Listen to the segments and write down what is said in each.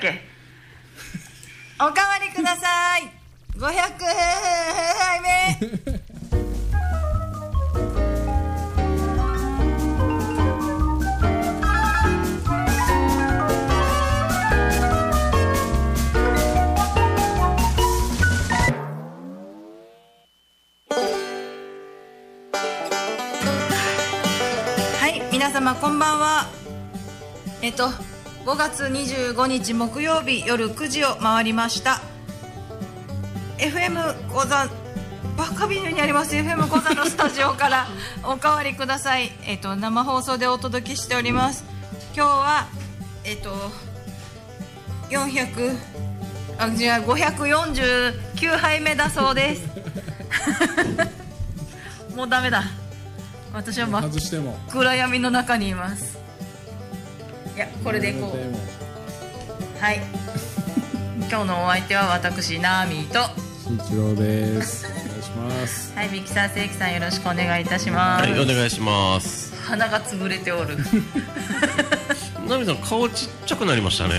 けおかわりください500杯目はい皆様こんばんはえっと5月25日木曜日夜9時を回りました FM 小座バカビルにあります FM 小座のスタジオからおかわりくださいえっと生放送でお届けしております今日はえっと400あ違う549杯目だそうですもうダメだ私は真っ 外しても暗闇の中にいますいやこれでこでうも はい今日のお相手は私ナーミーとは慎一郎ですお願いしますいミキサー正規さんよろしくお願いいたします、はい、お願いします。鼻が潰れてお るナミさん、顔ちっちゃくなりましたね。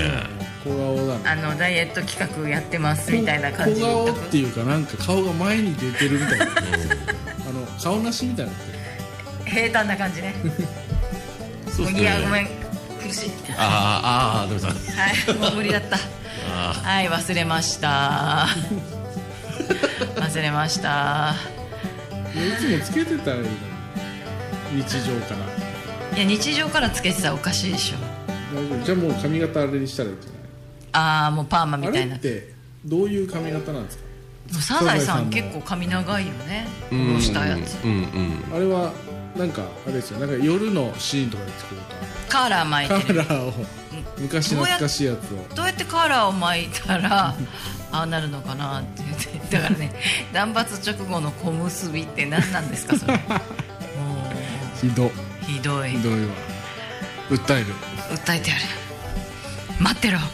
小顔だねあのダイエット企画やってますみたいな感じ言小顔っとっくていうかなんか顔が前に出てるみ たいなあの顔なしみたいになってる平坦な感じねそうですいやごめね。ん苦しいあーあー、ナミさん。 はいもう無理だったあはい忘れました 忘れましたいやいつもつけてたらいいのに日常からいや日常からつけてたらおかしいでしょ大丈夫じゃあもう髪型あれにしたらいいんじああもうパーマみゃたないいあれなってどういう髪型なんですかもうサザエさんサザエさん結の構髪長いよねー下したやつうん、うん、あれはなんかあれですよなんか夜のシーンとかで作るとカーラー巻カいてメるラーを昔懐かしいやつをどうやってカーラーを巻いたら ああなるのかなって言ってだからね 断髪直後の小結びって何なんですかそ れもひどうひどいひどいわ訴える訴えてやる待ってろは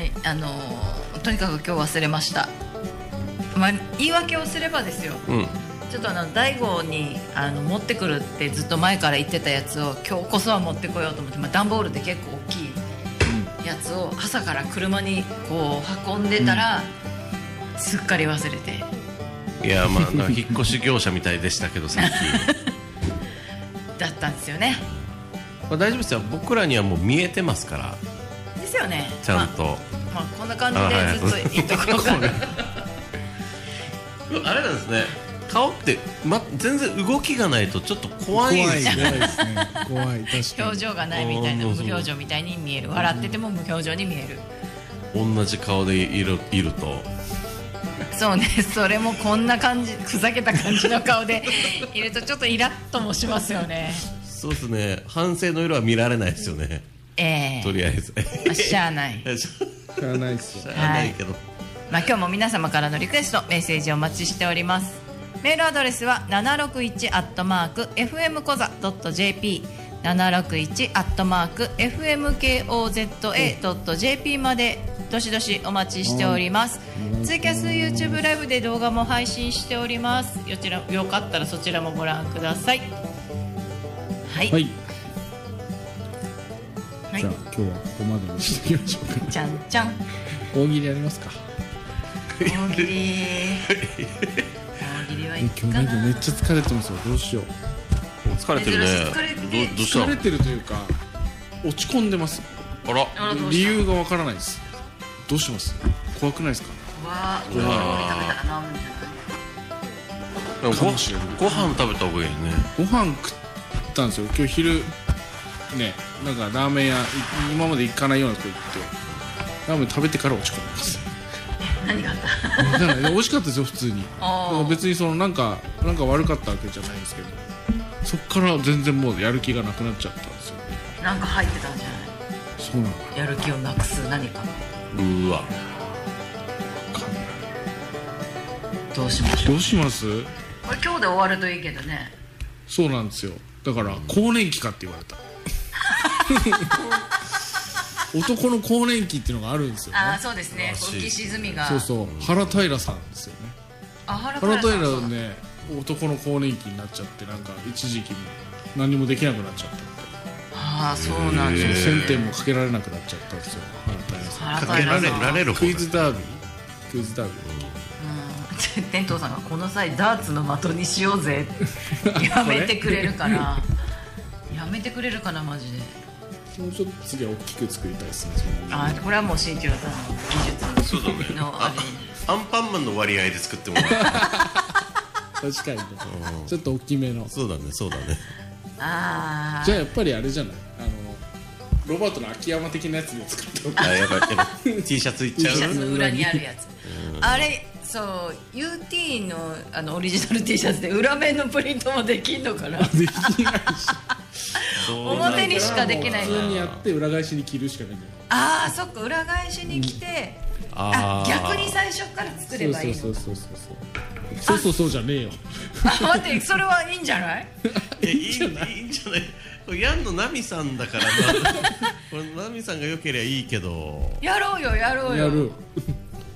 いあのーとにかく今日忘れました、まあ、言い訳をすればですようん、うん。ちょっとあの大悟にあの持ってくるってずっと前から言ってたやつを今日こそは持ってこようと思って、まあ、段ボールって結構大きいやつを朝から車にこう運んでたら、すっかり忘れていや、まあ、なんか引っ越し業者みたいでしたけど、さっき。 だったんですよねまあ、大丈夫ですよ。僕らにはもう見えてますから。ですよねちゃんと。まあ、まあこんな感じでずっと言っとこうかな、 あれなんですね。顔って、ま、全然動きがないと、ちょっと怖怖いいんで怖いすでよすね。ね怖い確か 表に情がないみたいな無あーそうそう表情みたいに見える笑ってても無表情に見える同じ顔でいる、いると。そうね それもこんな感じふざけた感じの顔でいるとちょっとイラッともしますよねそうですね。反省の色は見られないですよね。ええとりあえず。まあし ゃあない、し知らないっすゃよあないけど。まあ、今日も皆様からのリクエストメッセージをお待ちしておりますメールアドレスは 761-fmkoza.jp 761-fmkoza.jp までどしどしお待ちしておりますツイキャス YouTube ライブで動画も配信しておりますよちらよかったらそちらもご覧くださいはい、はいはいじゃあ今日はここまでにしていきましょうかじゃん じゃん大喜利ありますか大喜利大喜利はえいいか今日なんなかめっちゃ疲れてますよどうしよう疲れてるね珍しい疲れててどどうした疲れのてるというか落ち込んでますあらあらどう理した由がわからないですどうします怖くないですかわあ、これ食べたらなんじゃない。ごかもしれないご飯食べた方がいいねご飯食ったんですよ今日昼ねなんかラーメン屋い今まで行かないようなとこ行ってラーメン食べてから落ち込んでます何があった。だからね美味しかったですよ普通にあーだから別にそのなんかなんか悪かったわけじゃないんですけどそっから全然もうやる気がなくなっちゃったんですよねなんか入ってたんじゃなそうなのかい。やる気をなくす何か。うーわどうしましょどうしますう。これ今日で終わるといいけどね。そうなんですよだから更年期かって言われ た男の更年期っていうのがあるんですよねああ、そうですね。らし浮いき沈みが。そうそう原平さんですよねあ、原原倉さん。平はね男の更年期になっちゃってなんか一時期もう何もできなくなっちゃったみたいなああ、そうなんへでーす。その1000点もかけられなくなっちゃったんですよ原平ないですか腹かけられられる方クだイズダービークイズダービうん天童さんがこの際ダーツの的にしようぜやめてくれるかなやめてくれるかなマジでーもうちょっと次は大きく作りたいですねあこれはもう新一郎さんの技術そうだねのあれアンパンマンの割合で作ってもらう確かにねちょっと大きめの そうだねそうだねあじゃあやっぱりあれじゃないあのロバートの秋山的なやつで作ったあやばいやばい T シャツいっち T ゃうシャツの裏にあるやつあれそう UT のあのオリジナル T シャツで裏面のプリントもできんのかなできないしどう表にしかできない普通にやって裏返しに着るしかないんだよあーそっか裏返しに来て、ああー逆に最初から作ればいいのそうそうそうそうそうそうそうそうじゃねえよあ待ってそれはいいんじゃないいやいいいいんじゃないこれヤンのナミさんだから なこれナミさんが良ければいいけどやろうよやろうよやる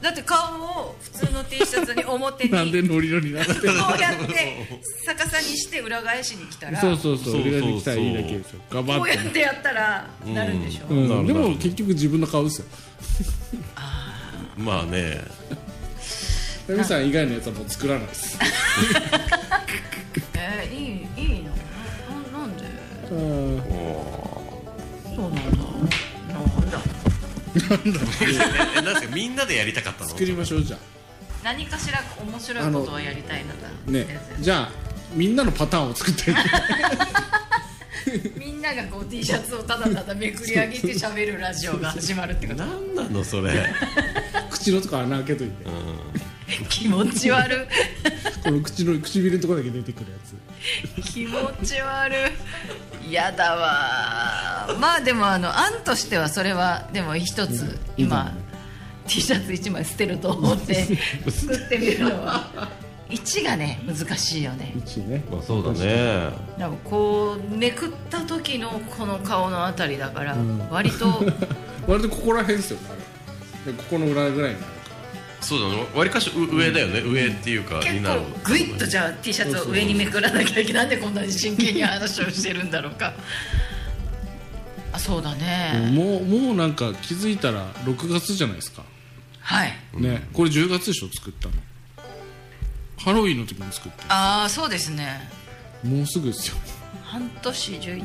だって顔も普通の T シャツに表になんでノリノリになってこうやって逆さにして裏返しに来たらそうそうそうそうそうそう裏返しに着たらいいだけですよ頑張こうやっっててやったらなるんでしょ、うんなるでなもる結局自分の顔ですよまあねナミさん以外のやつはもう作らないですえー、いいいいのななんでうんそうなんだなんだええなんですかみんなでやりたかったの作りましょうじゃ何かしら面白いことをやりたいなあとねじゃあみんなのパターンを作って みんながこう T シャツをただただめくり上げて喋るラジオが始まるってこと何なのそれ口のとこ穴開けといて気持ち悪この口の唇のとこだけ出てくるやつい気持ち悪いやだわまあでもあの案としてはそれはでも一つうん今 T シャツ1枚捨てると思って作ってみるのは1がね難しいよね一ねまあそうだねでもこうめくった時のこの顔のあたりだからん割と割とここら辺ですよねあれでここの裏ぐらいになるそうだねわりかしう上だよね、上っていうかに結なる構グイッとじゃあ T シャツを上にめくらなきゃいけないなんでこんなに真剣に話をしてるんだろうか あそうだねもうもうなんか気づいたら6月じゃないですかはいねこれ10月でしょ作ったのハロウィンの時に作ってああそうですねもうすぐですよ半年111212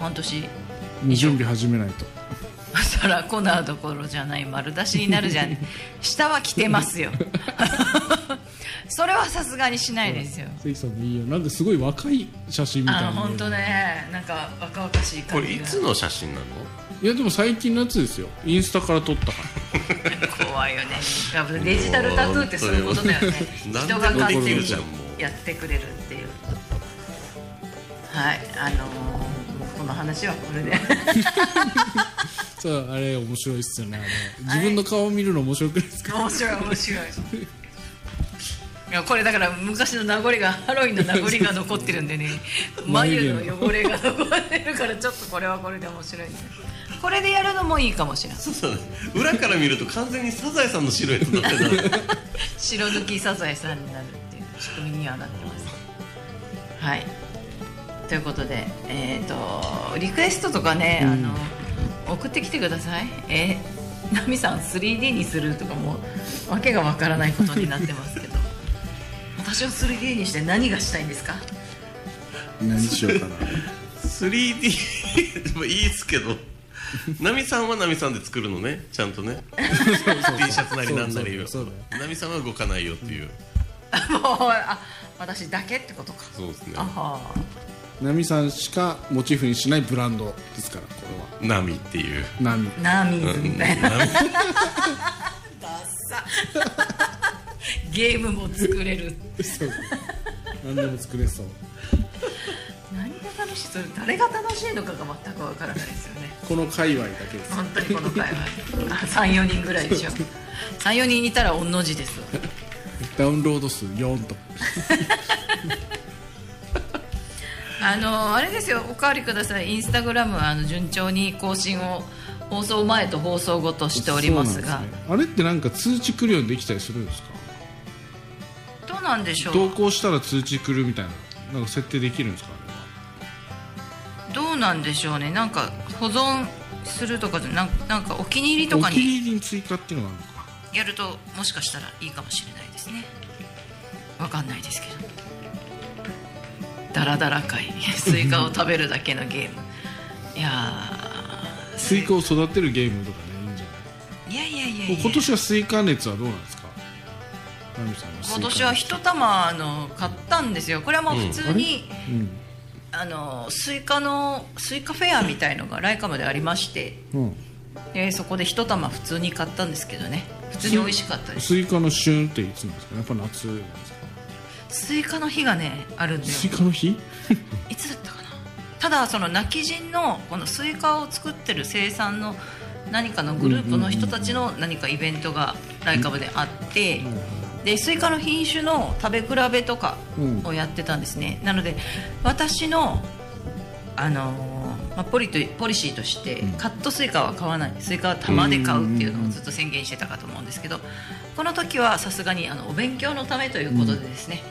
半年 準備始めないとそしたらコナーどころじゃない丸出しになるじゃん 下は着てますよ それはさすがにしないですよ関さんもいいよなんかすごい若い写真みたいあなあ本当ねなんか若々しいこ感れじいがつの写真なのいやでも最近のやつですよインスタから撮った か怖いよねやっぱデジタルタトゥーってそういうことだよね本当人よが何勝で手もできにるじゃんもうやってくれるっていうはいあのーもうこの話はこれでらそうあれ面白いっすよねあれ自分の顔を見るの面白くないですか面白い面白いいやこれだから昔の名残がハロウィンの名残が残ってるんでね 眉の汚れが残ってるからちょっとこれはこれで面白いねこれでやるのもいいかもしれないそうそう裏から見ると完全にサザエさんのシルエットだってな白抜きサザエさんになるっていう仕組みにはなってますはいということでえっ、とリクエストとかね、あの送ってきてくださいえーナミさん 3D にするとかもうわけがわからないことになってますけど私を 3D にして何がしたいんですか 何しようかな 3D でもいいっすけどナミさんはナミさんで作るのねちゃんとね T シャツなりなんなりよそうだよそうだよナミさんは動かないよっていうもうあ私だけってことかそうですねあはナミさんしかモチーフにしないブランドですからこれナミっていうはナミーナーミーズみたいなナミダッサゲームも作れるそう何でも作れそう何が楽しいそれ誰が楽しいのかが全くわからないですよねこの界隈だけです本当にこの会話34人ぐらいでしょ34人いたら御の字ですダウンロード数4とあのあれですよおかわりくださいインスタグラムはあの順調に更新を放送前と放送後としておりますそうながんですねあれってなんか通知来るようにできたりするんですかどうなんでしょう投稿したら通知来るみたいななんか設定できるんですかどうなんでしょうねなんか保存するとかじゃなんなんかお気に入りとおか気にに入りに追加っていうのがあるのかやるともしかしたらいいかもしれないですねわかんないですけどダラダラ会 スイカを食べるだけのゲームいやースイカを育てるゲームとかねいいんじゃいやいやいやないいや今年はスイカ熱はどうなんですかナミさんのスイカ今年は一玉あの買ったんですよこれはもう普通に、あのスイカのスイカフェアみたいのがライカムでありましてうん、うん、でそこで一玉普通に買ったんですけどね普通に美味しかったですスイカの旬っていつなんですかやっぱ夏なんですかスイカの日がねあるんだよスイカの日いつだったかなただその泣き人のこのスイカを作ってる生産の何かのグループの人たちの何かイベントがライカムであってでスイカの品種の食べ比べとかうんをやってたんですねなので私のあのーまあ、ポリとポリシーとしてカットスイカは買わないスイカは玉で買うっていうのをずっと宣言してたかと思うんですけどこの時はさすがにあのお勉強のためということでですね、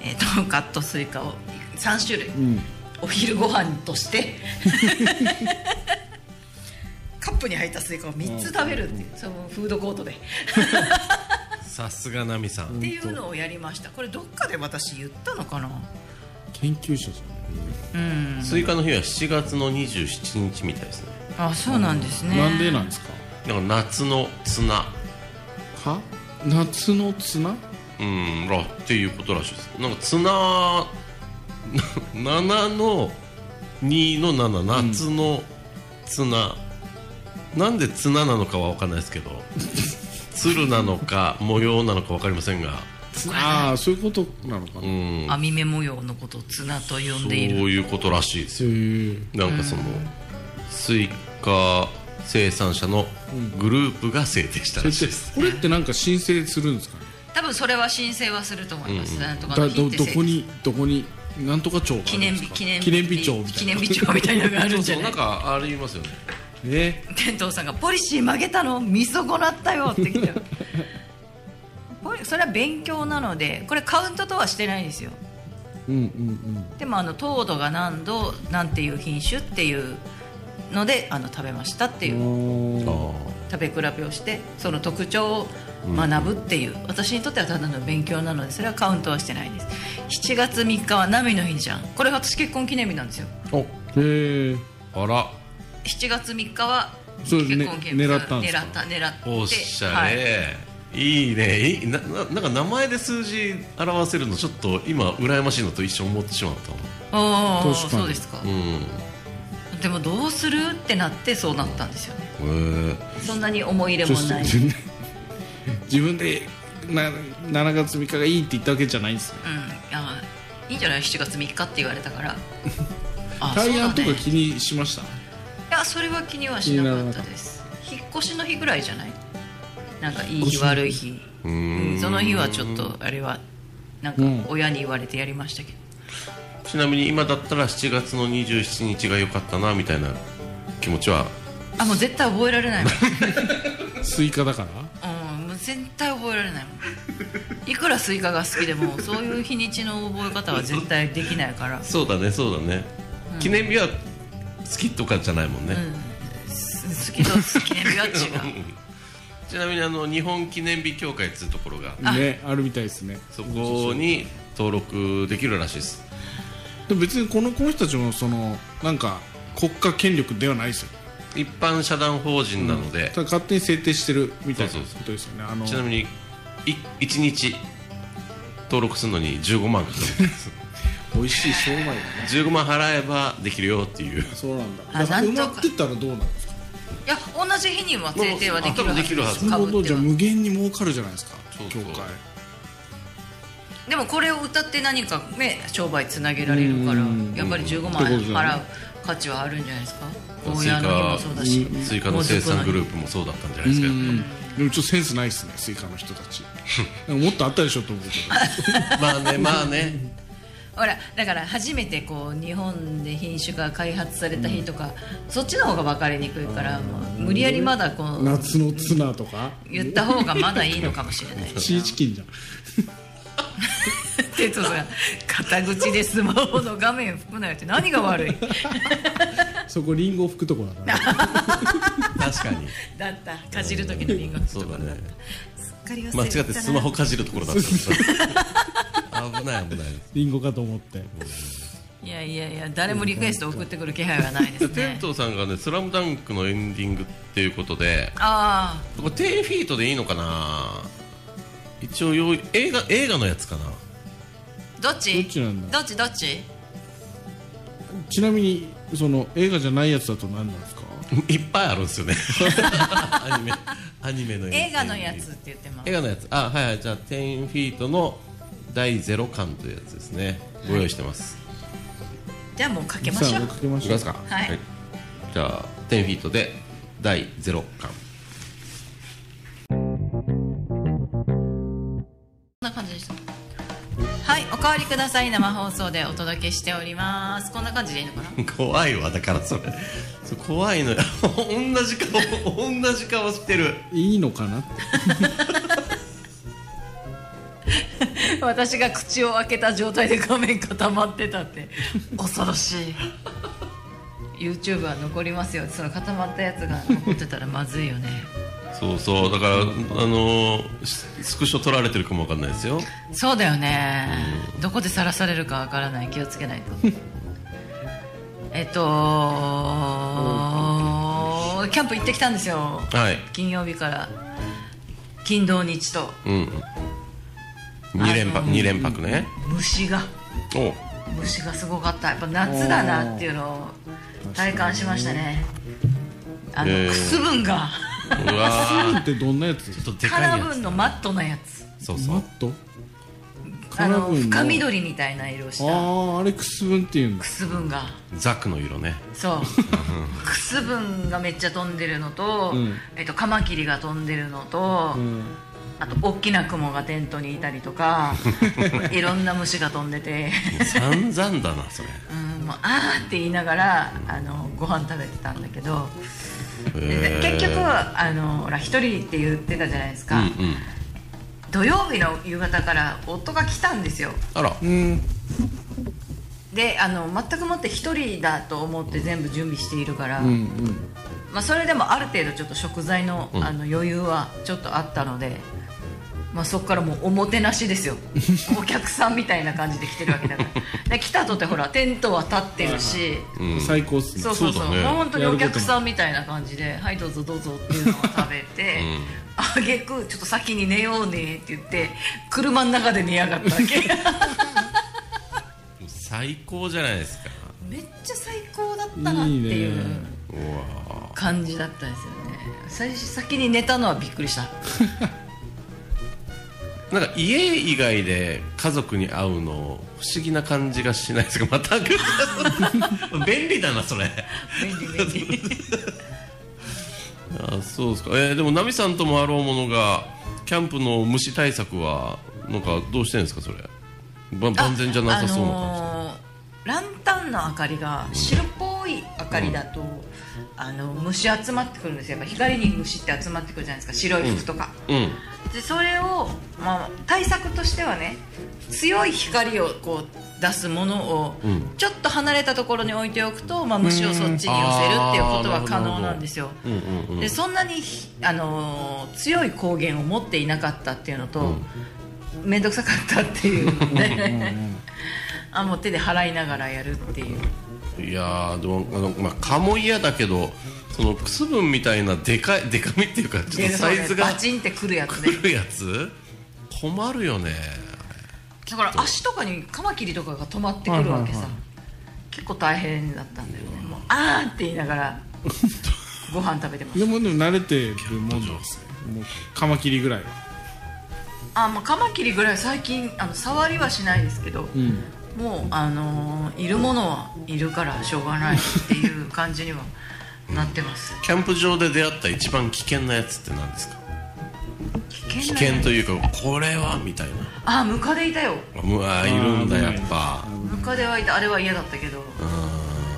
えーとカットスイカを3種類うんお昼ご飯としてカップに入ったスイカを3つ食べるっていうそのフードコートで さすがナミさんっていうのをやりましたこれどっかで私言ったのかな研究者じゃないうんスイカの日は7月の27日みたいですねあそうなんですねなんでなんですかだから夏の綱は夏の綱うんらっていうことらしいですなんか綱 な7の2の7夏の綱、なんで綱なのかは分かんないですけど 鶴なのか模様なのか分かりませんがああそういうことなのかうな、へん網目模様のことを綱と呼んそうでいるいうことらしいですよえなんかそのスイカ生産者のグループが制定したそれらっしいてです、 これってなんか申請するんですかね多分それは申請はすると思います、なんとかのだ日どってどこにどこになんとか町があ記るん念で日すか記念記念日町みたいな記念日帳みたいなのがあるんじゃそなうなんいかありますよねね天童さんが「ポリシー曲げたの見損なったよ」って来てポリそれは勉強なのでこれカウントとはしてないんですようんうんでもあの糖度が何度なんていう品種っていうのであの食べましたっていううんおー食べ比べをしてその特徴を学ぶっていう、私にとってはただの勉強なのでそれはカウントはしてないです7月3日はナミの日じゃんこれ私結婚記念日なんですよおへえあら7月3日はそれ結婚記念日ね狙ったんですか狙った狙っておしゃれ、はいい、いねいいなななんか名前で数字表せるのちょっと今羨ましいのと一緒に思ってしまったああ確かにそうですか、のうんへでもどうするってなってそうなったんですよねえそんなに思い入れそもしない、てうん、自分 自分でな7月3日がいいって言ったわけじゃないんですねあーいいんじゃない7月3日って言われたから あ対案とそうだかね気にしましたいやそれは気にはしなかったです引っ越しの日ぐらいじゃないなんかいい日悪い日うんその日はちょっとあれはなんかうん親に言われてやりましたけど、ちなみに今だったら7月の27日が良かったなみたいな気持ちはあもう絶対覚えられないもん、スイカだからうん、もう絶対覚えられないもんいくらスイカが好きでもそういう日にちの覚え方は絶対できない からそうだねそうだね、記念日は好きとかじゃないもんね、す好きと好きな日は違う ちなみにあの日本記念日協会っつうところがねあるみたいですねそこに登録できるらしいですでも別にこのこの人たちもそのなんか国家権力ではないですよ一般社団法人なので、ただ勝手に制定してるみたいなそこうそうそうとですよねあのちなみにい1日登録するのに15万かかるんです 美味しい商売だね15万払えばできるよっていうそうなんだあだからなん埋とかまってたらどうなんですかいや同じ日には制定はできるはずまですなある株ほっどてじいうゃあのは無限に儲かるじゃないですかそうそ協う会でもこれを歌って何かね商売つなげられるからうんやっぱり15万ってことだ払うね価値はあるんじゃないですかまあゴーヤの日もそうだしスイカの生産グループもそうだったんじゃないですかでもちょっとセンスないですねスイカの人た ちなんかもっとあったでしょと思うけまあねまあねほらだから初めてこう日本で品種が開発された日とか、そっちの方が分かりにくいからもう無理やりまだこどう夏のツナとか言った方がまだいいのかもしれない チーチキンじゃんテトさん片口でスマホ の画面拭くなよって何が悪い そこリンゴ吹くとこだから確かにだったかじる時のリンゴのとそうこだろだっねた、すっかり忘れてた間違ってスマホかじるところだったんだ 危ない危ないリンゴかと思っていやいやいや誰もリクエスト送ってくる気配はないです天 ね童さんがね「スラムダンクのエンディングっていうことであこれ10フィートでいいのかな一応用意映画映画のやつかなあどっちどっちなんだどっちどっちちなみにその映画じゃないやつだと何なんですかいっぱいあるんです よねアニメアニメの映画のやつって言ってます映画のやつあはいはいじゃあ10フィートの第0巻というやつですねご用意してます、じゃあもうかけましさょあうかけまいきしょまうすかはいじゃあ10フィートで第0巻こんな感じでしたはいおかわりください生放送でお届けしておりますこんな感じでいいのかな 怖いわだからそれそう怖いのよ 同じ顔同じ顔してるいいのかなって 私が口を開けた状態で画面固まってた って恐ろし い YouTube は残りますよその固まったやつが残ってたらまずいよねそうそうだからあのーススクショ撮られてるかもわかんないですよそうだよねどこでさらされるかわからない気をつけない とえっとキャンプ行ってきたんですよはい金曜日から金土日とうん2連あ泊のー二連泊ね虫がお虫がすごかったやっぱ夏だなっていうのを体感しましたねあの、えーくすぶんがうわーってどんなやつちょっとでカかラいやブンのマットなやつつそうそマうットあカラのブンの深緑みたいな色をしたあああれくすぶんっていうんだくすぶんがザクの色ねそうくすぶんがめっちゃ飛んでるのと、うんえっと、カマキリが飛んでるのと、うんあと大きな雲がテントにいたりと かいろんな虫が飛んでて、散々だなそれうん、もうあーって言いながらあのご飯食べてたんだけどでへー結局あのほら一人って言ってたじゃないですか、うんうん土曜日の夕方から夫が来たんですよあらうんであの全くもって一人だと思って全部準備しているから、うんうんまあ、それでもある程度ちょっと食材の,、んあの余裕はちょっとあったので、まあ、そこからもうおもてなしです よお客さんみたいな感じで来てるわけだからで来たとてほらテントは立ってるし、うん最高っすねそうそうそうそうだねもう本当にお客さんみたいな感じで「はいどうぞどうぞ」っていうのを食べてうんあげくちょっと先に寝ようねって言って車の中で寝やがったわけ もう最高じゃないですかめっちゃ最高だったなっていういいねうわ感じだったんですよね最初先に寝たのはびっくりしたーなんか家以外で家族に会うの不思議な感じがしないですかまた便利だなそれ便利便利 あそうですか、えーでもナミさんともあろうものがキャンプの虫対策はなんかどうしてるんですかそれば万全じゃなさそうな感じ、あのーランタンの明かりが白っぽい明かりだと、あの虫集まってくるんですよやっぱ光に虫って集まってくるじゃないですか白い服とか、うんでそれを、まあ、対策としてはね強い光をこう出すものをうんちょっと離れたところに置いておくと、まあ、虫をそっちに寄せるっていうことは可能なんですよ。うんうんうんでそんなにひ、あのー強い光源を持っていなかったっていうのと面倒、くさかったっていうね あもう手で払いながらやるっていういやーでもあの、まあ、蚊も嫌だけどそのくすぶんみたいなでかい でかみっていうかちょっとサイズがバチンってくるやつくねるやつ困るよねだから足とかにカマキリとかが止まってくるわけさ、結構大変だったんだよねもうあーって言いながらご飯食べてまですもでも慣れてるもんですねもうカマキリぐらいはあまあカマキリぐらいは最近あの触りはしないですけど、うんもうあのーいるものはいるからしょうがないっていう感じにはなってますキャンプ場で出会った一番危険なやつって何ですか危危険険といういうかこれはみたいなあムカデいたようわいるんだやっぱムカデはいたあれは嫌だったけど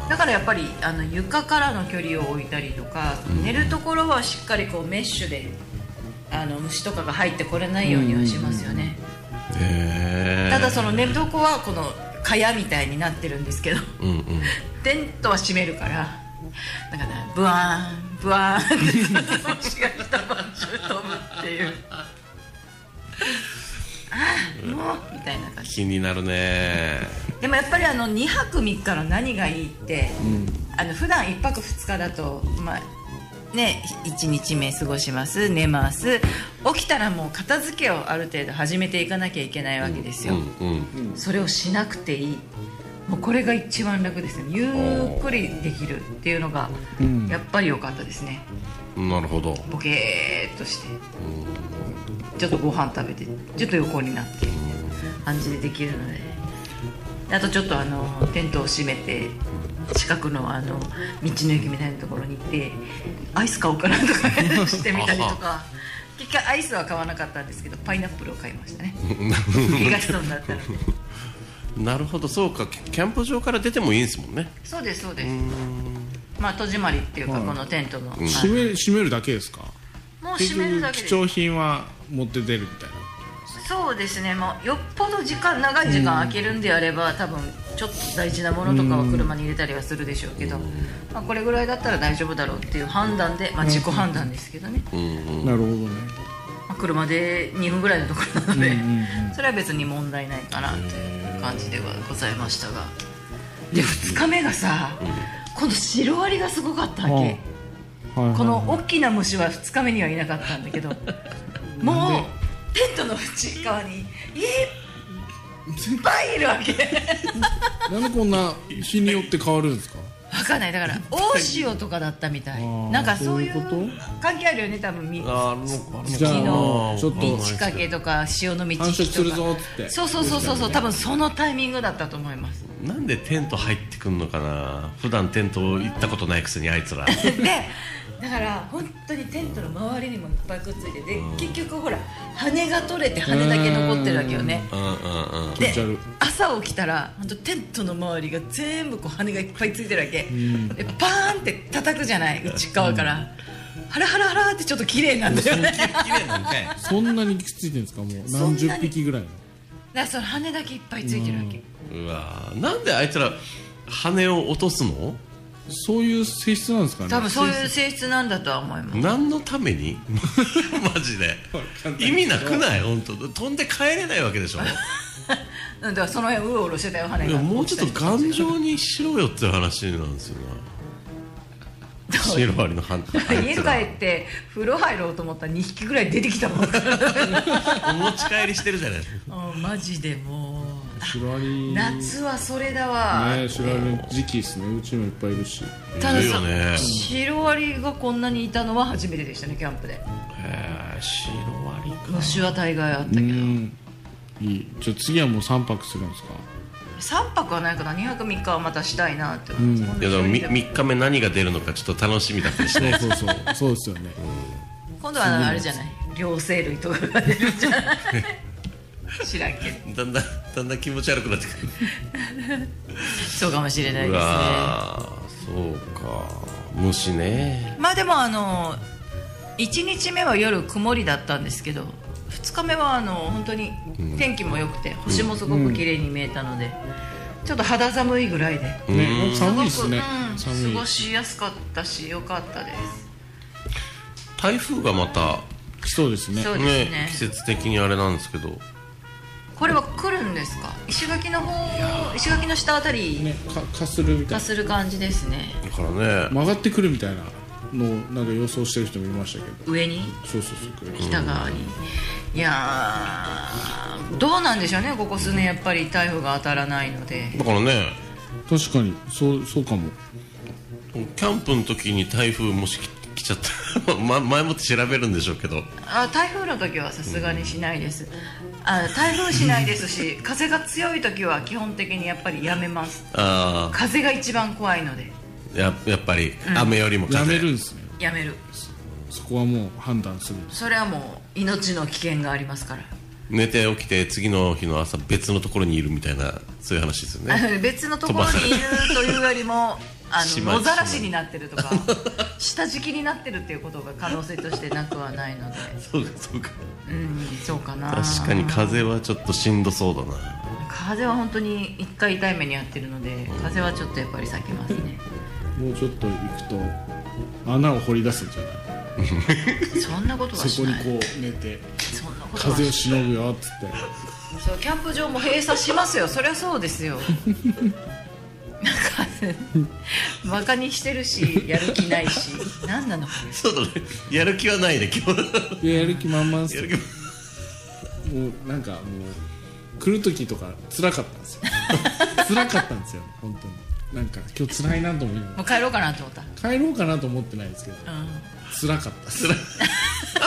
だからやっぱりあの床からの距離を置いたりとか、寝るところはしっかりこうメッシュであの虫とかが入ってこれないようにはしますよね、へえただその寝床はこの蚊帳みたいになってるんですけど うんうんテントは閉めるからだからブワーンブワーンって風虫が一晩中飛ぶっていうああもうみたいな感じ気になるねでもやっぱりあの2泊3日の何がいいって、あの普段1泊2日だとまあね1日目過ごします寝ます起きたらもう片付けをある程度始めていかなきゃいけないわけですよ、うんうんそれをしなくていいもうこれが一番楽ですねゆっくりできるっていうのがうんやっぱり良かったですねなるほどボケーっとしてちょっとご飯食べてちょっと横になって感じでできるのであとちょっとあのテントを閉めて近くのあの道の駅みたいなところに行ってアイス買おうかなとかしてみたりとか結局アイスは買わなかったんですけどパイナップルを買いましたね気がしそうになったのでなるほどそうかキキャンプ場から出てもいいんですもんねそうですそうですまあ戸締まりっていうかはいこのテントの、はい閉め閉めるだけですかもう結閉めるだ局けで貴重品は持って出るみたいなそうですねもうよっぽど時間長い時間空けるんであれば、多分ちょっと大事なものとかは車に入れたりはするでしょうけど、まあ、これぐらいだったら大丈夫だろうっていう判断で、まあ、自己判断ですけどね、なるほどねまあ、車で2分ぐらいのところなので、 それは別に問題ないかなという感じではございましたがで2日目がさ、今度シロアリがすごかったわけ。うんはいはいこの大きな虫は2日目にはいなかったんだけどもうテントの内側にいっぱいいるわけなんでこんな日によって変わるんですかわかんないだから大潮とかだったみたあいーなんかそういそういうこう関係あるよね多分みあるのかじゃあ昨日ちょっと道陰とか潮の満繁殖ちす引きるとぞかっつってそうそうそうそうそう多分そのタイミングだったと思いますなんでテント入ってくんのかな普段テント行ったことないくせにあいつらでだから本当にテントの周りにもいっぱいくっついてで結局ほら羽が取れて羽だけ残ってるわけよねうんうんうん気持ち悪い朝起きたら本当テントの周りが全部こう羽がいっぱいついてるわけ、でパーンって叩くじゃない内側から、ハラハラハラってちょっと綺麗なんだよねだか綺麗なんかいそんなにきついてるんですかもう何十匹ぐらいのらその羽だけいっぱいついてるわけ、うわーなんであいつら羽を落とすのそういう性質なんですかね多分そういう性質なんだとは思います、何のために マジで意味なくない本当飛んで帰れないわけでしょうん、だからその辺うろうろしてたよ羽いがやもうちょっと頑丈にしろよっていう話なんですよなシロアリの羽あい家つ帰らって風呂入ろうと思ったら2匹ぐらい出てきた もん、お持ち帰りしてるじゃないうん、マジでもうシロアリ夏はそれだわ、ねシロアリの時期ですねうちもいっぱいいるしたいだるよねさシロアリがこんなにいたのは初めてでしたねキャンプでへえシロアリか虫は大概あったけうど、んいいじゃあ次はもう3泊するんですか3泊はないかな2泊3日はまたしたいなって思いますいやでもみ今度一人で3日目何が出るのかちょっと楽しみだったりしてそう そうそうそうですよね今度はあれじゃない両生類とかが出るんじゃない 知らんけどだんだんだんだん気持ち悪くなってくるそうかもしれないうですねわーそうか虫ねまあでもあの1日目は夜曇りだったんですけど2日目はあの本当に天気も良くて星もすごく綺麗に見えたのでちょっと肌寒いぐらいでね寒いですすごく、ねうん寒い過ごしやすかったし良かったで台風がまた来そうですすねそうですねね季節的にあれなんですけどこれは来るんですか石垣の方石垣の下あたりねかかするみたいがなする感じですねだからね曲がってくるみたいなのをなんか予想してる人もいましたけど上にそうそうそう来北側に、いやーどうなんでしょうねここ数年やっぱり台風が当たらないのでだからね確かにそうそうかもキャンプの時に台風もし来ちゃった ら、ま、前もって調べるんでしょうけどあ台風の時はさすがにしないですあ台風しないですし風が強い時は基本的にやっぱりやめますあ風が一番怖いのであややっぱり雨よりも風、やめるんですねやめるそこはもう判断するんですそれはもう命の危険がありますから寝て起きて次の日の朝別のところにいるみたいなそういう話ですよあねの 別のところにいるというよりもあしまいの野ざらしになってるとか 下敷きになってるっていうことが可能性としてなくはないのでそうかそうかうんそうかな確かに風はちょっとしんどそうだな風は本当に一回痛い目にやってるので風はちょっとやっぱり避けますねもうちょっと行くと穴を掘り出すんじゃないそんなことはそしこにないこう寝てそんなことはし風なをいしのぐよっつってそうキャンプ場も閉鎖しますよそりゃそうですよ なんかバカにしてるしやる気ないし何なのこれそうだねやる気はないね今日でやる気満々っすやよる気はもうなんかもう来る時とか辛かったんですよ辛かったんですよ本当になんか今日辛いなと思いながもう帰ろうかなと思った、ら帰ろうかなと思ってないですけどう辛かったです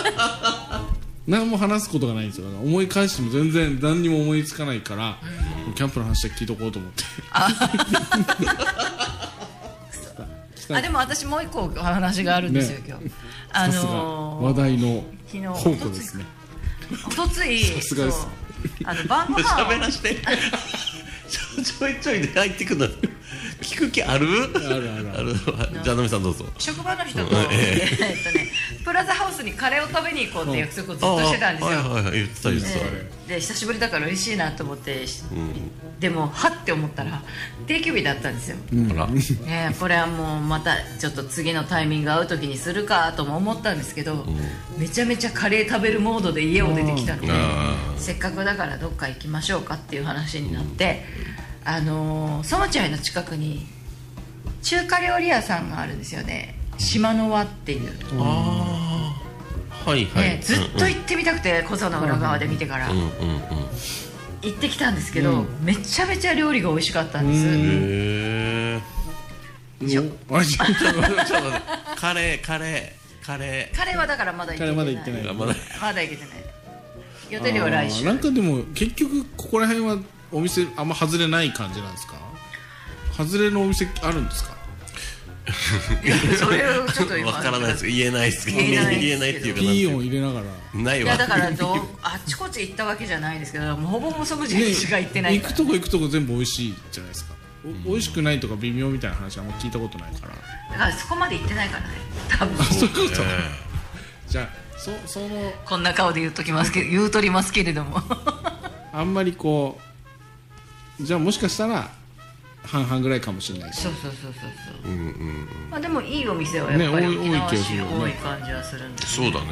何も話すことがないんですよ思い返しても全然何にも思いつかないから、もうキャンプの話だけ聞いとこうと思ってん、あでも私もう一個お話があるんですよ、ね今日あさすが話のー題の昨日宝庫ですねおとついさすがですそうあの晩ご飯喋をらしてちょちょいちょいで入ってくの聞く気あるあるあるああるるじゃあナミさんどうぞ職場の人と、うんえっとね、プラザハウスにカレーを食べに行こうって約束をずっとしてたんですよ、ああはいはい言ってた言ってた、えで久しぶりだから嬉しいなと思って、うんでもはって思ったら定休日だったんですよ、ほらねえこれはもうまたちょっと次のタイミング合う時にするかとも思ったんですけど、めちゃめちゃカレー食べるモードで家を出てきたんであせっかくだからどっか行きましょうかっていう話になって、あのーソマチャイの近くに中華料理屋さんがあるんですよね島の輪っていう、あああはいはい、ね、ずっと行ってみたくて濃さの裏側で見てからうんうんうんうん行ってきたんですけど、めちゃめちゃ料理が美味しかったんです、へえしょおいしい ちょっと待ってカレーカレーカレ彼はだからまだ行け彼てまなだい行ってないーまだまだ行けてない予定料は来週あーなんかでも結局ここら辺はお店あんま外れない感じなんですか外れのお店あるんですか それをちょっと今わからないです言えないですけど言えないですけど言えないっていうかピなんていー音うか入れながらないいわやだからどあっちこっち行ったわけじゃないですけどもうほぼほぼソムジェねしか行ってないか行くらとこ行くとこ全部美味しいじゃないですかお美味しくないとか微妙みたいな話あんま聞いたことないからだからそこまで行ってないからね多分そういうことえじゃあそそのこんな顔で言っときますけど言うとりますけれどもあんまりこうじゃあもしかしたら半々ぐらいかもしれない しそうそうそうそうえそうんうんうまあでもいいお店はやっぱりね多い沖縄市多い気がするよね多い感じはするんですそうだね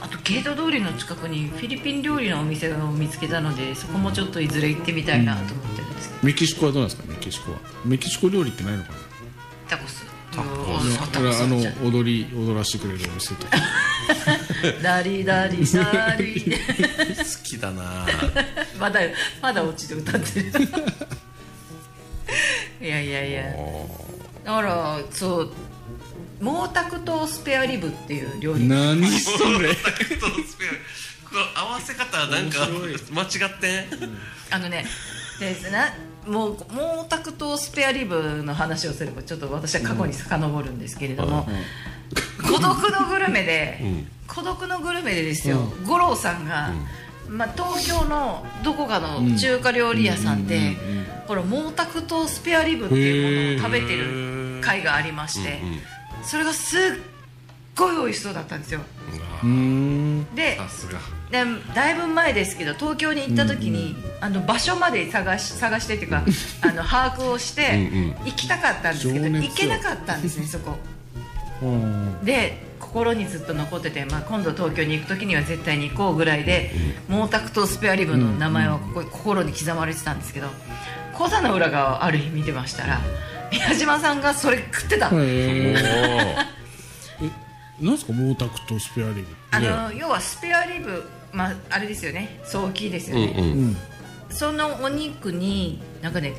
あとゲート通りの近くにフィリピン料理のお店を見つけたのでそこもちょっといずれ行ってみたいなと思ってるんですけどメキシコはどうなんですかメキシコはメキシコ料理ってないのかなタコスタコスうんあタれコあのスじゃん踊り踊らせてくれるお店 とかダリダリダ リ好きだなまだまだオチで歌ってるいやいやいやだからそう毛沢東スペアリブっていう料理何それこの合わせ方なんか面間違ってんあのねでなもう毛沢東スペアリブの話をすればちょっと私は過去に遡るんですけれども、孤独のグルメで、孤独のグルメでですよ、五郎さんが、まあ、東京のどこかの中華料理屋さんで、この毛沢東スペアリブっていうものを食べてる回がありまして、それがすっごい美味しそうだったんですよ うーんでさすがでだいぶ前ですけど東京に行った時に、あの場所まで探し探してっていうかあの把握をしてうんうん行きたかったんですけど、情熱よ行けなかったんですねそこうんで心にずっと残ってて、まあ、今度東京に行く時には絶対に行こうぐらいで、毛沢東スペアリブの名前はここ心に刻まれてたんですけど小座の裏側をある日見てましたら宮島さんがそれ食ってた、へえおなんすか毛沢東スペアリブあの要はスペアリブ、まあ、あれですよね早期ですよね、ーうんうんそのお肉になんかね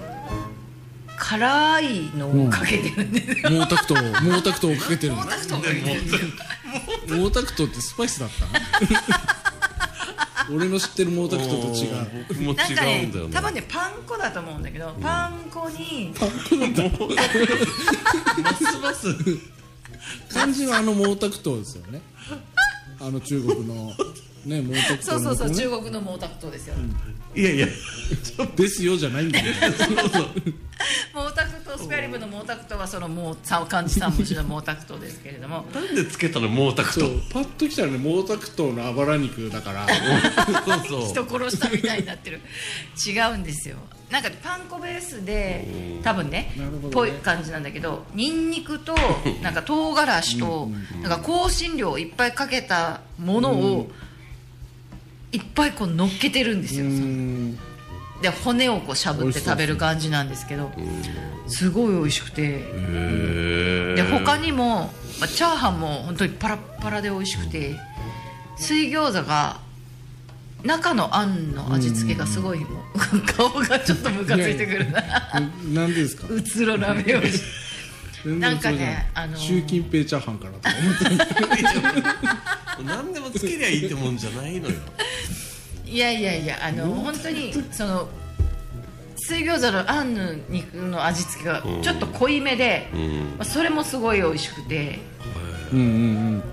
辛いのをかけてるんですよ、毛沢東毛沢東をかけてるの毛沢東をかけてるんですよ毛沢東ってスパイスだった 俺の知ってる毛沢東と違う僕もなんか違うねんだよ多分ねねパン粉だと思うんだけどパン粉にますます漢字はあの毛沢東ですよねあの中国のね毛沢東そうの、ね、そうそう中国の毛沢東ですよ、毛いやいやですよじゃないんだよそうそう沢そうスペアリブの毛沢東はその毛沢漢字三文字の毛沢東ですけれどもなんでつけたの毛沢そう東パッと来たらね毛沢東のあばら肉だからそうそ 人う殺したみたいになってる 違うんですよなんかパン粉ベースで多分ねなるほどねぽい感じなんだけどニンニクとなんか唐辛子となんか香辛料をいっぱいかけたものをいっぱいこう乗っけてるんですうよんで骨をこうしゃぶって食べる感じなんですけどすごい美味しくてへで他にも、まあ、チャーハンも本当にパラッパラで美味しくて水餃子が中のあんの味付けがすごいもう顔がちょっとムカついてくるなななんでですかうつろな目をし全な然んかそねれじゃないあのー習近平チャーハンかなと思ってえ何でもつけりゃいいってもんじゃないのよいやいやいやあの本当にその水餃子のあんの肉の味付けがちょっと濃いめで、うんまあ、それもすごい美味しくてうんうんうん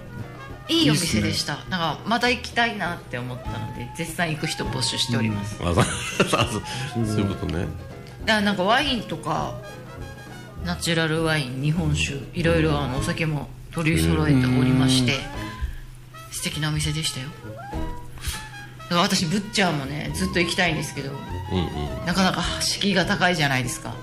いいお店でしただからまた行きたいなって思ったので絶賛行く人募集しております、あそうあそうそういうことねだからなんかワインとかナチュラルワイン日本酒いろいろあのお酒も取り揃えておりまして素敵なお店でしたよだから私ブッチャーもねずっと行きたいんですけどうんうんなかなか敷居が高いじゃないですか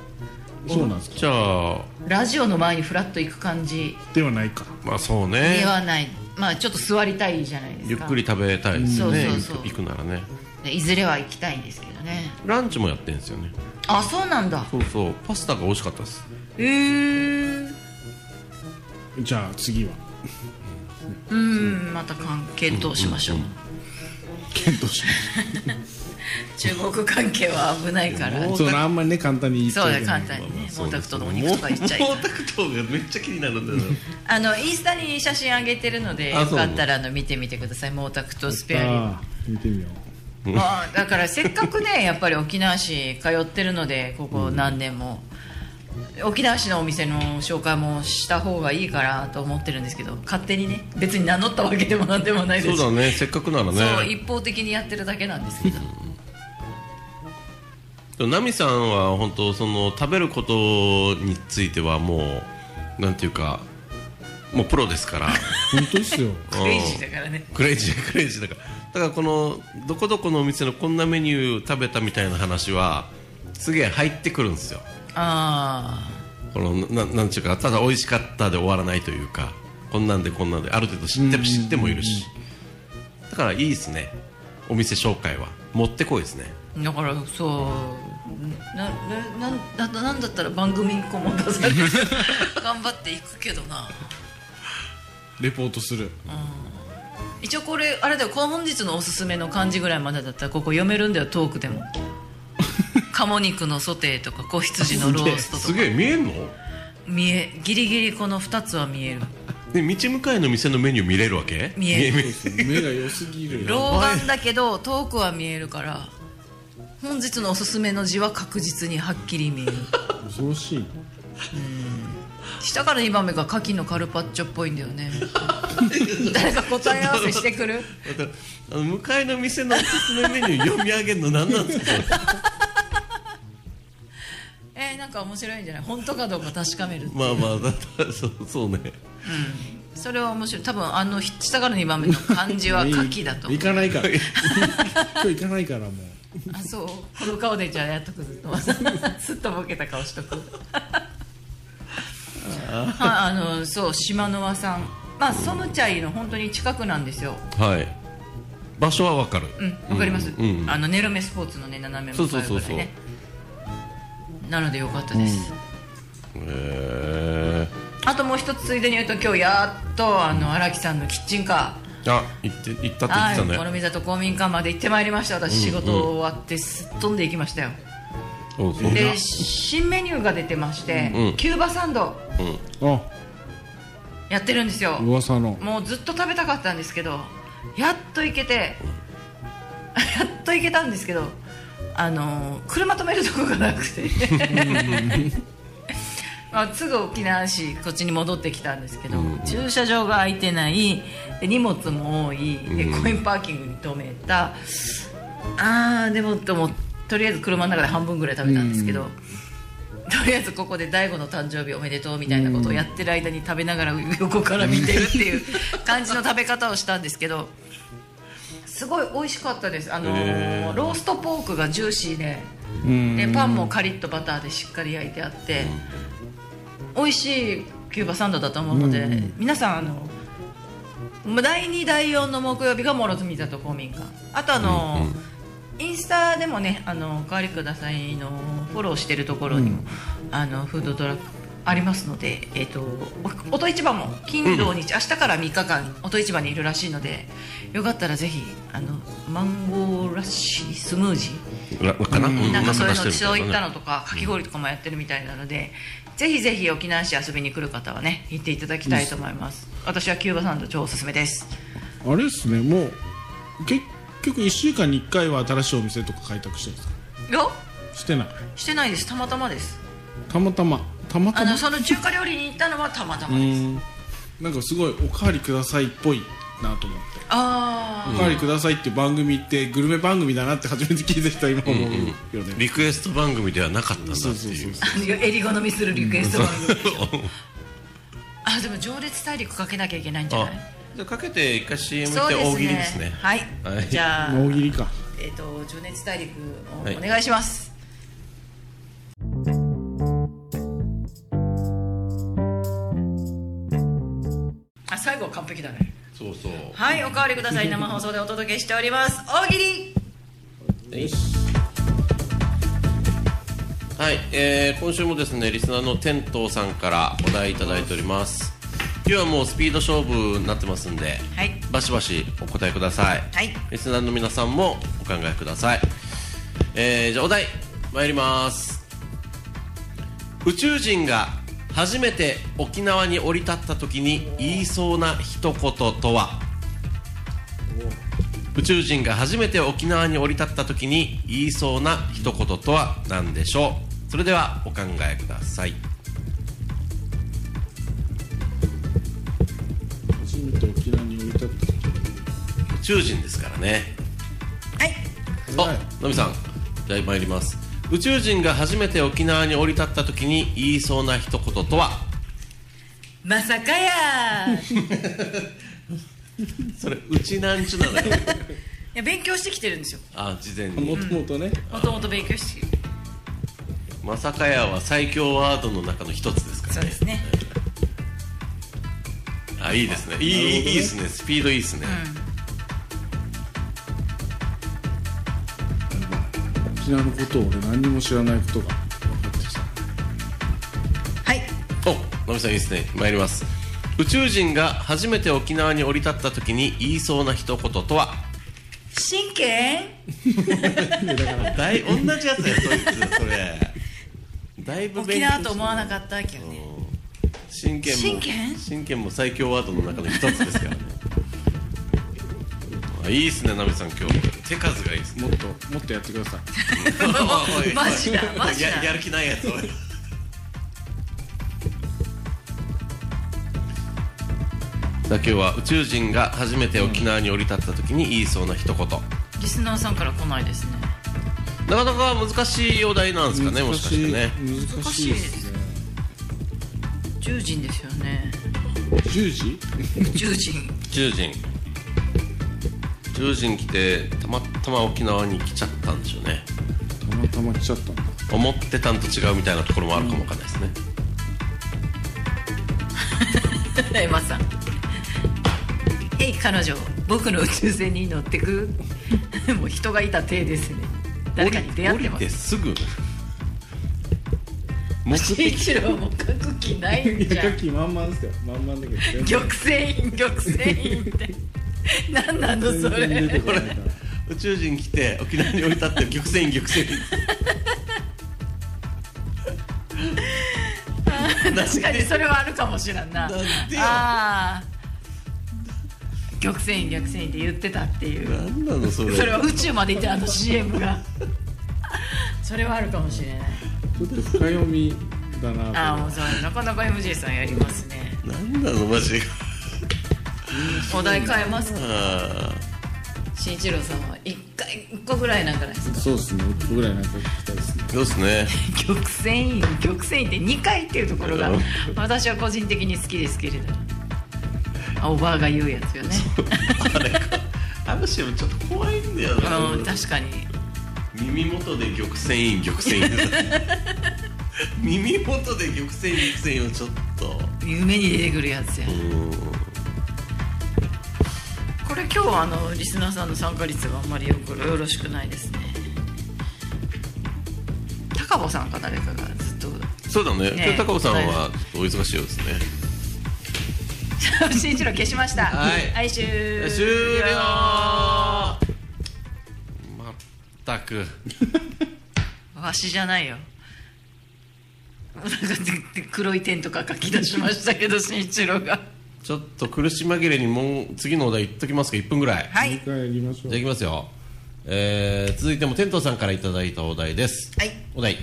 そうなんですかじゃあラジオの前にフラッと行く感じではないかまあそうねではないまあちょっと座りたいじゃないですかゆっくり食べたいですそうねそうそう行く行くならねでいずれは行きたいんですけどねランチもやってんですよねあそうなんだそうそうパスタが美味しかったですへえじゃあ次はうんまた関係としましょう、検討します中国関係は危ないからそうあんまりね簡単に言っちそうゃだいけな簡い単にまあねまあ毛そう沢です東のお肉とか言っちゃいけない毛沢東がめっちゃ気になるんだよあのインスタに写真あげてるのであよかったらあの見てみてください毛沢東スペアあー見てみよリブまあだからせっかくねやっぱり沖縄市通ってるのでここ何年も、沖縄市のお店の紹介もした方がいいかなと思ってるんですけど勝手にね別に名乗ったわけでもなんでもないです そうしだねせっかくならそうね一方的にやってるだけなんですけどでもナミさんは本当その食べることについてはもうなんていうかもうプロですから う本当ですよクレイジーだからねクレイジークレイジーだからだからこのどこどこのお店のこんなメニュー食べたみたいな話はすげえ入ってくるんですよあこのななんていうかただ美味しかったで終わらないというかこんなんでこんなんである程度知って知ってもいるしだからいいですねお店紹介は持ってこいですねあだからそうなななななんだったら番組1個も出され て頑張っていくけどなレポートする一応これあれだよこの本日のおすすめの漢字ぐらいまでだったらここ読めるんだよトーク でも鴨肉のソテーとか子羊のローストすとかげえ見えんの見えギリギリこの2つは見えるで道向かいの店のメニュー見れるわけ見えるそうですね目が良すぎる老眼だけどトークは見えるから本日のおすすめの字は確実にはっきり見える恐ろしいな下から2番目が牡蠣のカルパッチョっぽいんだよね誰か答え合わせしてくるだからあの向かいの店のおすすめメニュー読み上げるの何なんですか えー、なんか面白いんじゃない本当かどうか確かめるまあまあだったらそうそうねそれは面白い多分あの下から2番目の漢字は牡蠣だと思う 行かないから 今日行かないからもうあそうこの顔でじゃあやっとくずっと すっとボケた顔しとくはいあのそう島の輪さんまあソムチャイの本当に近くなんですよはい場所はわかるうんわかります、うんうんあのネロメスポーツのね斜め向かいそうそぐうそらうそういねなのでよかったです、へえあともう一つついでに言うと今日やっとあの荒木さんのキッチンカあ行って行ったーって言っはいてたね、諸見里公民館まで行ってまいりました私仕うんうん事終わってすっ飛んでいきましたよ、そうそうえで新メニューが出てまして、うんキューバサンドうんあやってるんですよ噂のもうずっと食べたかったんですけどやっと行けて やっと行けたんですけどあのー車止めるとこがなくてまあ、すぐ沖縄市こっちに戻ってきたんですけど、うん駐車場が空いてないで荷物も多いでうんコインパーキングに止めた、あーでもともとりあえず車の中で半分ぐらい食べたんですけど、とりあえずここで大悟の誕生日おめでとうみたいなことをやってる間に食べながら横から見てるっていう感じの食べ方をしたんですけ どすごい美味しかったですあのーへーローストポークがジューシーでうんでパンもカリッとバターでしっかり焼いてあって美味しいキューバサンドだと思うので、うん皆さんあの第2第4の木曜日が諸住里公民館あとあの、うんうんインスタでもね「あのおかわりください」のフォローしてるところにも、あのフードトラックありますので、えっとお音市場も金土日、明日から3日間音市場にいるらしいのでよかったらぜひあのマンゴーラッシースムージーらかな,、うなんかそういう出のしてそういるっみたたいなのねとかかき氷とかもやってるみたいなので、ぜひぜひ沖縄市遊びに来る方はね行っていただきたいと思います私はキューバサンド超おすすめですあれですねもう結局1週間に1回は新しいお店とか開拓してるんですかよしてないしてないですたまたまですたまたまたまたあまのその中華料理に行ったのはたまたうまですんなんかすごい「おかわりください」っぽいなと思って「おあかわりください」っていう番組ってグルメ番組だなって初めて聞いてきた今思うよね、リクエスト番組ではなかったんだってそうそういそううそあえり好みするリクエスト番組でしょあでも情熱大陸かけなきゃいけないんじゃあないじゃあかけて一回 CM してそうですね大喜利ですねはい、はいじゃあう大喜利かえっ、と情熱大陸をはいお願いします、あ最後は完璧だねそうそうはいおかわりください生放送でお届けしております大喜利はい、えー今週もですねリスナーの天童さんからお題いただいております今日はもうスピード勝負になってますんで、はいバシバシお答えください、はいリスナーの皆さんもお考えください、えーじゃあお題参ります宇宙人が初めて沖縄に降り立った時に言いそうな一言とは宇宙人が初めて沖縄に降り立った時に言いそうな一言とは何でしょうそれではお考えください初めて沖縄に降り立った宇宙人ですからねはいあのみさんじゃあ参ります宇宙人が初めて沖縄に降り立った時に言いそうな一言とはまさかやーいそれうちなんちゅなのよ や勉強してきてるんですよあ事前もにともとねもともと勉強してきてるまさかやは最強ワードの中の一つですかそらうねですねあいいですねいいなるほどねいいですねスピードいいですね、沖縄のことを俺何にも知らないことが分かってきたはいおのみさんいいですね参ります宇宙人が初めて沖縄に降り立った時に言いそうな一言と は神経だい同じやつやそいつそれ だいぶ沖勉強縄してと思わなかったけどね真剣も真剣も最強ワードの中の一つですからねあいいっすねナミさん今日手数がいいですねもっともっとやってくださいおいおいマジだマジだややる気ないやつおいさあ今日は宇宙人が初めて沖縄に降り立った時に言いそうな一言なリスナーさんから来ないですねかなか難しいお題なんですかねもしかしてね難しいですね10人ですよ ね10時10人宇宙人宇宙人来てたまたま沖縄に来ちゃったんでしょうねたまたま来ちゃったんだ思ってたんと違うみたいなところもあるかもわかんないですね、エマさん「えい彼女僕の宇宙船に乗ってく」もう人がいた体ですね誰かに出会ってま降りてすすぐ目新的一郎も書く気ないんいじやゃカ んキ満々ですよ満々だけど全然玉泉院玉泉院って何なのそ全然出てれこないから宇宙人来て沖縄に降り立って玉泉玉泉確かにそれはあるかもしらんななんでよああ玉泉院玉泉院って言ってたっていう何なのそれそれは宇宙まで行ってあの CM がそれはあるかもしれないちょっと深読みだなああもうそれなかなか MJ さんやりますね何なのマジでお題変えますかあー慎一郎さんは一回一個ぐらいなんかないですかそうですね1個ぐらいなんか聞きたいですねそうですね玉泉院玉泉院って2回っていうところがうん私は個人的に好きですけれどあおばあが言うやつよねあの CM ちょっと怖いんだよなうん確かに耳元で玉泉院玉泉院耳元で玉泉院玉泉院はちょっと夢に出てくるやつやうーんこれ今日あのリスナーさんの参加率があんまりよくよろしくないですね高坊さんか誰かがずっと そうだねね今日高尾さんはちょっとお忙しいようですね「新一郎消しました」はいはい終了終了まったくわしじゃないよ なんかでで黒い点とか書き出しましたけど新一郎がちょっと苦し紛れにもう次のお題言っときますか1分ぐらいはい一回やりましょうじゃあいきますよ、えー続いてもテントさんからいただいたお題です、はいお題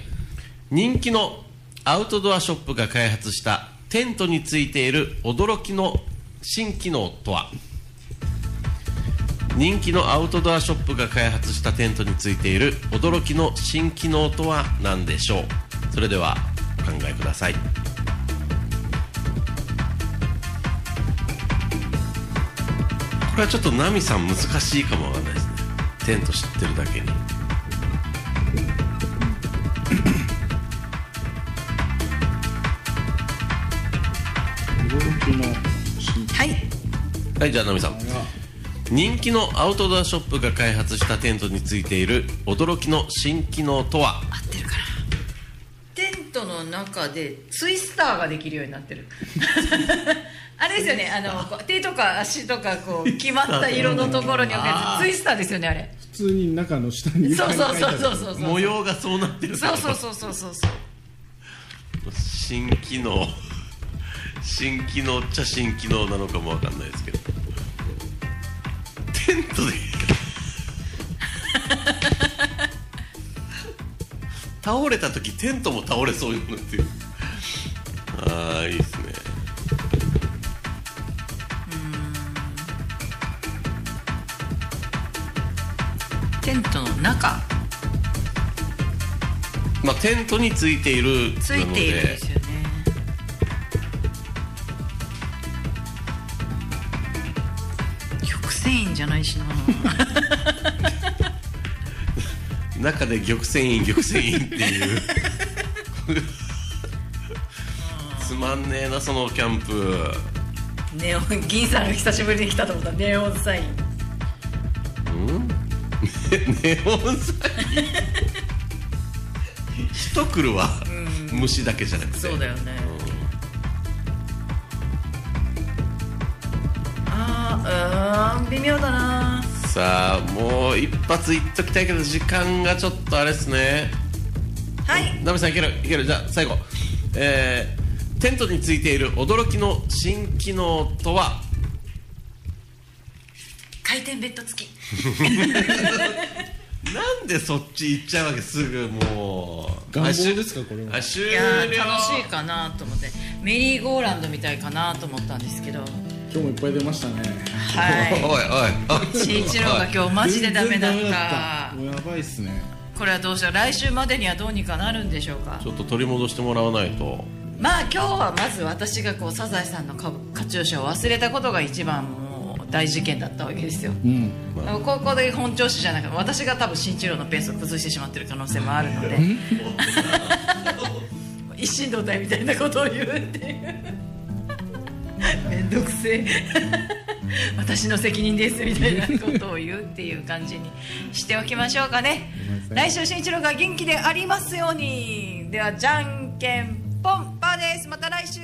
人気のアウトドアショップが開発したテントについている驚きの新機能とは人気のアウトドアショップが開発したテントについている驚きの新機能とは何でしょうそれではお考えくださいこれはちょっとナミさん難しいかもわかんないですねテント知ってるだけに驚きの新はいはいじゃあナミさん規が人気のアウトドアショップが開発したテントについている驚きの新機能とは合ってるからテントの中でツイスターができるようにな ってるあれですよねあのこう手とか足とかこう決まった色のところに置くやつツイスターですよねあれ普通に中の下にそうそうそうそうそうそう模様がそうなってるそうそうそうそうそうそう新機能新機能っちゃ新機能なのかもわかんないですけどテン トで倒れた時テントも倒れそうになってるああいいですねテントの中まあテントについているついているんなのでですよね曲線員じゃないしな中で玉泉院玉泉院っていうつまんねえなそのキャンプネオン銀さんが久しぶりに来たと思ったネオンサインネオンサイン人来るわ、虫だけじゃなくてそうだよねあーうーん微妙だなさあもう一発いっときたいけど時間がちょっとあれですねはいナミさんいけるいけるじゃあ最後えーテントについている驚きの新機能とは回転ベッド付きなんでそっち行っちゃうわけすぐもう願望ですかこれはあ終い了やー楽しいかなと思ってメリーゴーランドみたいかなと思ったんですけど今日もいっぱい出ましたねはい おいおい慎一郎が今日マジでダメだった全然ダメだったもうやばいっすねこれはどうしよう来週までにはどうにかなるんでしょうかちょっと取り戻してもらわないとまあ今日はまず私がこうサザエさんのカカチューシャを忘れたことが一番もう大事件だったわけですようんあのここで本調子じゃなくて私が多分新一郎のペースを崩してしまってる可能性もあるので 一心同体みたいなことを言うっていう 面倒くせえ私の責任ですみたいなことを言うっていう感じにしておきましょうかねごめんなさ来い週新一郎が元気でありますようにではじゃんけんぽんパーですまた来週